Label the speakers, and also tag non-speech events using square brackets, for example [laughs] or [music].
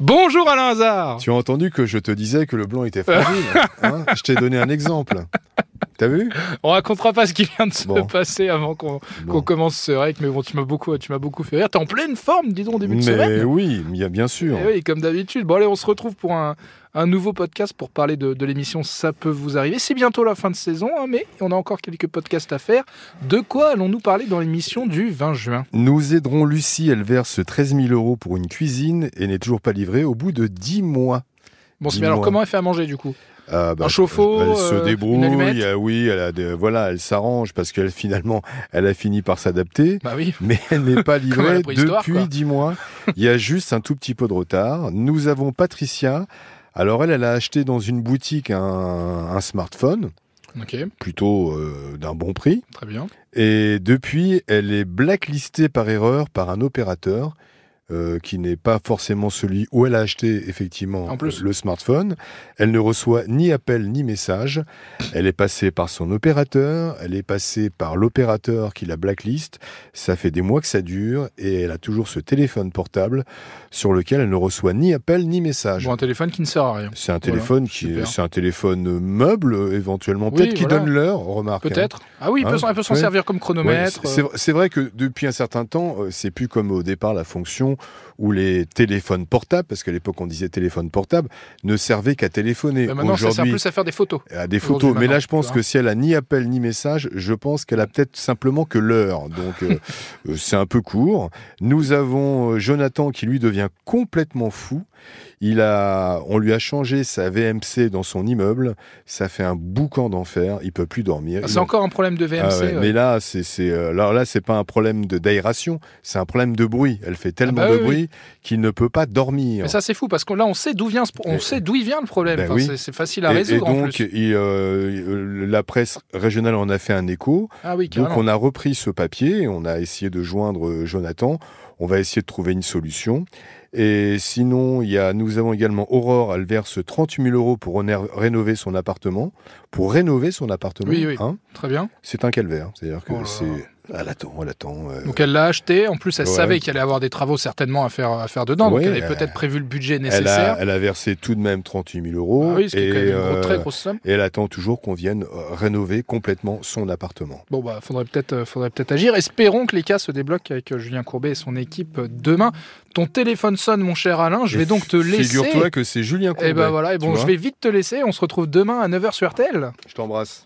Speaker 1: Bonjour Alain Hazard
Speaker 2: Tu as entendu que je te disais que le blanc
Speaker 1: [laughs]
Speaker 2: était fragile. hein je t'ai donné un exemple. T'as vu
Speaker 1: On racontera pas ce qui vient de se
Speaker 2: Bon.
Speaker 1: passer avant qu'on
Speaker 2: Bon.
Speaker 1: qu'on commence ce rec, mais bon, tu m'as beaucoup, tu m'as beaucoup fait rire. T'es en pleine forme, dis donc, au début de
Speaker 2: Mais
Speaker 1: semaine
Speaker 2: oui, il y a bien sûr.
Speaker 1: Eh oui, comme d'habitude. Bon, allez, on se retrouve pour un, un nouveau podcast pour parler de, de l'émission Ça peut vous arriver. C'est bientôt la fin de saison, hein, mais on a encore quelques podcasts à faire. De quoi allons-nous parler dans l'émission du 20 juin
Speaker 2: Nous aiderons Lucie, elle verse 13 000 euros pour une cuisine et n'est toujours pas livrée au bout de 10 mois.
Speaker 1: Bon, c'est
Speaker 2: Dis-moi.
Speaker 1: bien. Alors, comment elle fait à manger, du coup
Speaker 2: Ah, bah,
Speaker 1: Un chauffe-eau,
Speaker 2: Elle se
Speaker 1: euh, une
Speaker 2: débrouille,
Speaker 1: allumette
Speaker 2: ah oui, elle, a des- voilà, elle s'arrange parce qu'elle finalement, elle a fini par s'adapter.
Speaker 1: Bah oui.
Speaker 2: mais [laughs] elle n'est pas
Speaker 1: Comme à la
Speaker 2: livrée
Speaker 1: préhistoire, quoi.
Speaker 2: depuis 10 mois. Il y a juste un tout petit peu de retard. Nous avons Patricia. Alors elle, elle a acheté dans une boutique un, un smartphone,
Speaker 1: Ok,
Speaker 2: plutôt euh, d'un bon prix.
Speaker 1: très bien.
Speaker 2: Ah, Et depuis, elle est blacklistée par erreur par un opérateur euh, qui n'est pas forcément celui où elle a acheté effectivement
Speaker 1: En plus.
Speaker 2: euh, le smartphone. Elle ne reçoit ni appel ni message. Elle est passée par son opérateur, elle est passée par l'opérateur qui la blacklist. Ça fait des mois que ça dure et elle a toujours ce téléphone portable sur lequel elle ne reçoit ni appel ni message.
Speaker 1: Bon, un téléphone qui ne sert à rien.
Speaker 2: c'est un
Speaker 1: voilà,
Speaker 2: téléphone qui est-
Speaker 1: super.
Speaker 2: c'est un téléphone euh, meuble euh, éventuellement
Speaker 1: Oui,
Speaker 2: peut-être qui
Speaker 1: voilà.
Speaker 2: donne l'heure remarque hein.
Speaker 1: Peut-être. Ah oui, il peut
Speaker 2: Hein,
Speaker 1: s'en- elle peut s'en
Speaker 2: ouais.
Speaker 1: servir comme
Speaker 2: Ouais,
Speaker 1: chronomètre. euh,
Speaker 2: c'est- c'est- c'est vrai que depuis un certain temps, euh, c'est plus comme au départ la fonction où les téléphones portables, parce qu'à l'époque on disait téléphone portable, ne servaient qu'à téléphoner.
Speaker 1: Mais maintenant, ça sert
Speaker 2: Aujourd'hui,
Speaker 1: plus à faire des photos.
Speaker 2: à des
Speaker 1: aujourd'hui,
Speaker 2: photos. Mais là,
Speaker 1: maintenant,
Speaker 2: je pense
Speaker 1: tu
Speaker 2: que si elle a ni appel ni message, je pense qu'elle a peut-être simplement que l'heure.
Speaker 1: [laughs]
Speaker 2: Donc euh, euh, c'est un peu court. Nous avons euh, Jonathan qui lui devient complètement fou. Il a, on lui a changé sa VMC dans son immeuble. Ça fait un boucan d'enfer. Il peut plus dormir.
Speaker 1: Ah,
Speaker 2: Il
Speaker 1: C'est
Speaker 2: en-
Speaker 1: encore un problème de VMC.
Speaker 2: Euh, ah ouais,
Speaker 1: ouais.
Speaker 2: Mais là, c'est c'est, euh, alors là, c'est pas un problème de d'aération, c'est un problème de bruit. Elle fait tellement
Speaker 1: Ah bah
Speaker 2: de
Speaker 1: oui,
Speaker 2: bruit qu'il ne peut pas dormir.
Speaker 1: Mais ça, c'est fou parce que là, on sait d'où vient, ce pro- on
Speaker 2: Mais-
Speaker 1: sait d'où il vient le problème.
Speaker 2: Ben
Speaker 1: Enfin,
Speaker 2: oui.
Speaker 1: c'est- C'est facile à
Speaker 2: Et- et,
Speaker 1: résoudre en
Speaker 2: donc,
Speaker 1: plus.
Speaker 2: il, euh, la presse régionale en a fait un écho.
Speaker 1: Ah oui,
Speaker 2: Donc,
Speaker 1: carrément.
Speaker 2: on a repris ce papier, on a essayé de joindre euh, Jonathan. On va essayer de trouver une solution. Et sinon, il y a, nous avons également Aurore. Elle verse 38 000 euros pour rener- rénover son appartement. Pour rénover son appartement,
Speaker 1: Oui, oui.
Speaker 2: hein,
Speaker 1: Très bien.
Speaker 2: c'est un calvaire. hein. C'est-à-dire que
Speaker 1: Oh là là.
Speaker 2: c'est. Elle attend, elle attend. euh,
Speaker 1: Donc elle l'a acheté. En plus, elle
Speaker 2: ouais.
Speaker 1: savait qu'il allait avoir des travaux certainement à faire, à faire dedans.
Speaker 2: Ouais,
Speaker 1: donc elle avait
Speaker 2: euh,
Speaker 1: peut-être prévu le budget
Speaker 2: Elle
Speaker 1: nécessaire.
Speaker 2: a, elle a versé tout de même 38 000
Speaker 1: Ah
Speaker 2: euros
Speaker 1: oui, ce qui
Speaker 2: et,
Speaker 1: est quand même une grosse-
Speaker 2: euh,
Speaker 1: très grosse somme.
Speaker 2: et elle attend toujours qu'on vienne euh, rénover complètement son appartement.
Speaker 1: Bon, bah, faudrait peut-être euh, faudrait peut-être agir. Espérons que les cas se débloquent avec euh, Julien Courbet et son équipe euh, demain. Ton téléphone sonne, mon cher Alain. Je
Speaker 2: Et
Speaker 1: vais donc te laisser.
Speaker 2: Figure-toi que c'est Julien Courbet.
Speaker 1: et ben voilà. Et
Speaker 2: tu
Speaker 1: bon, je
Speaker 2: vois.
Speaker 1: vais vite te laisser. On se retrouve demain à 9h sur RTL.
Speaker 2: Je t'embrasse.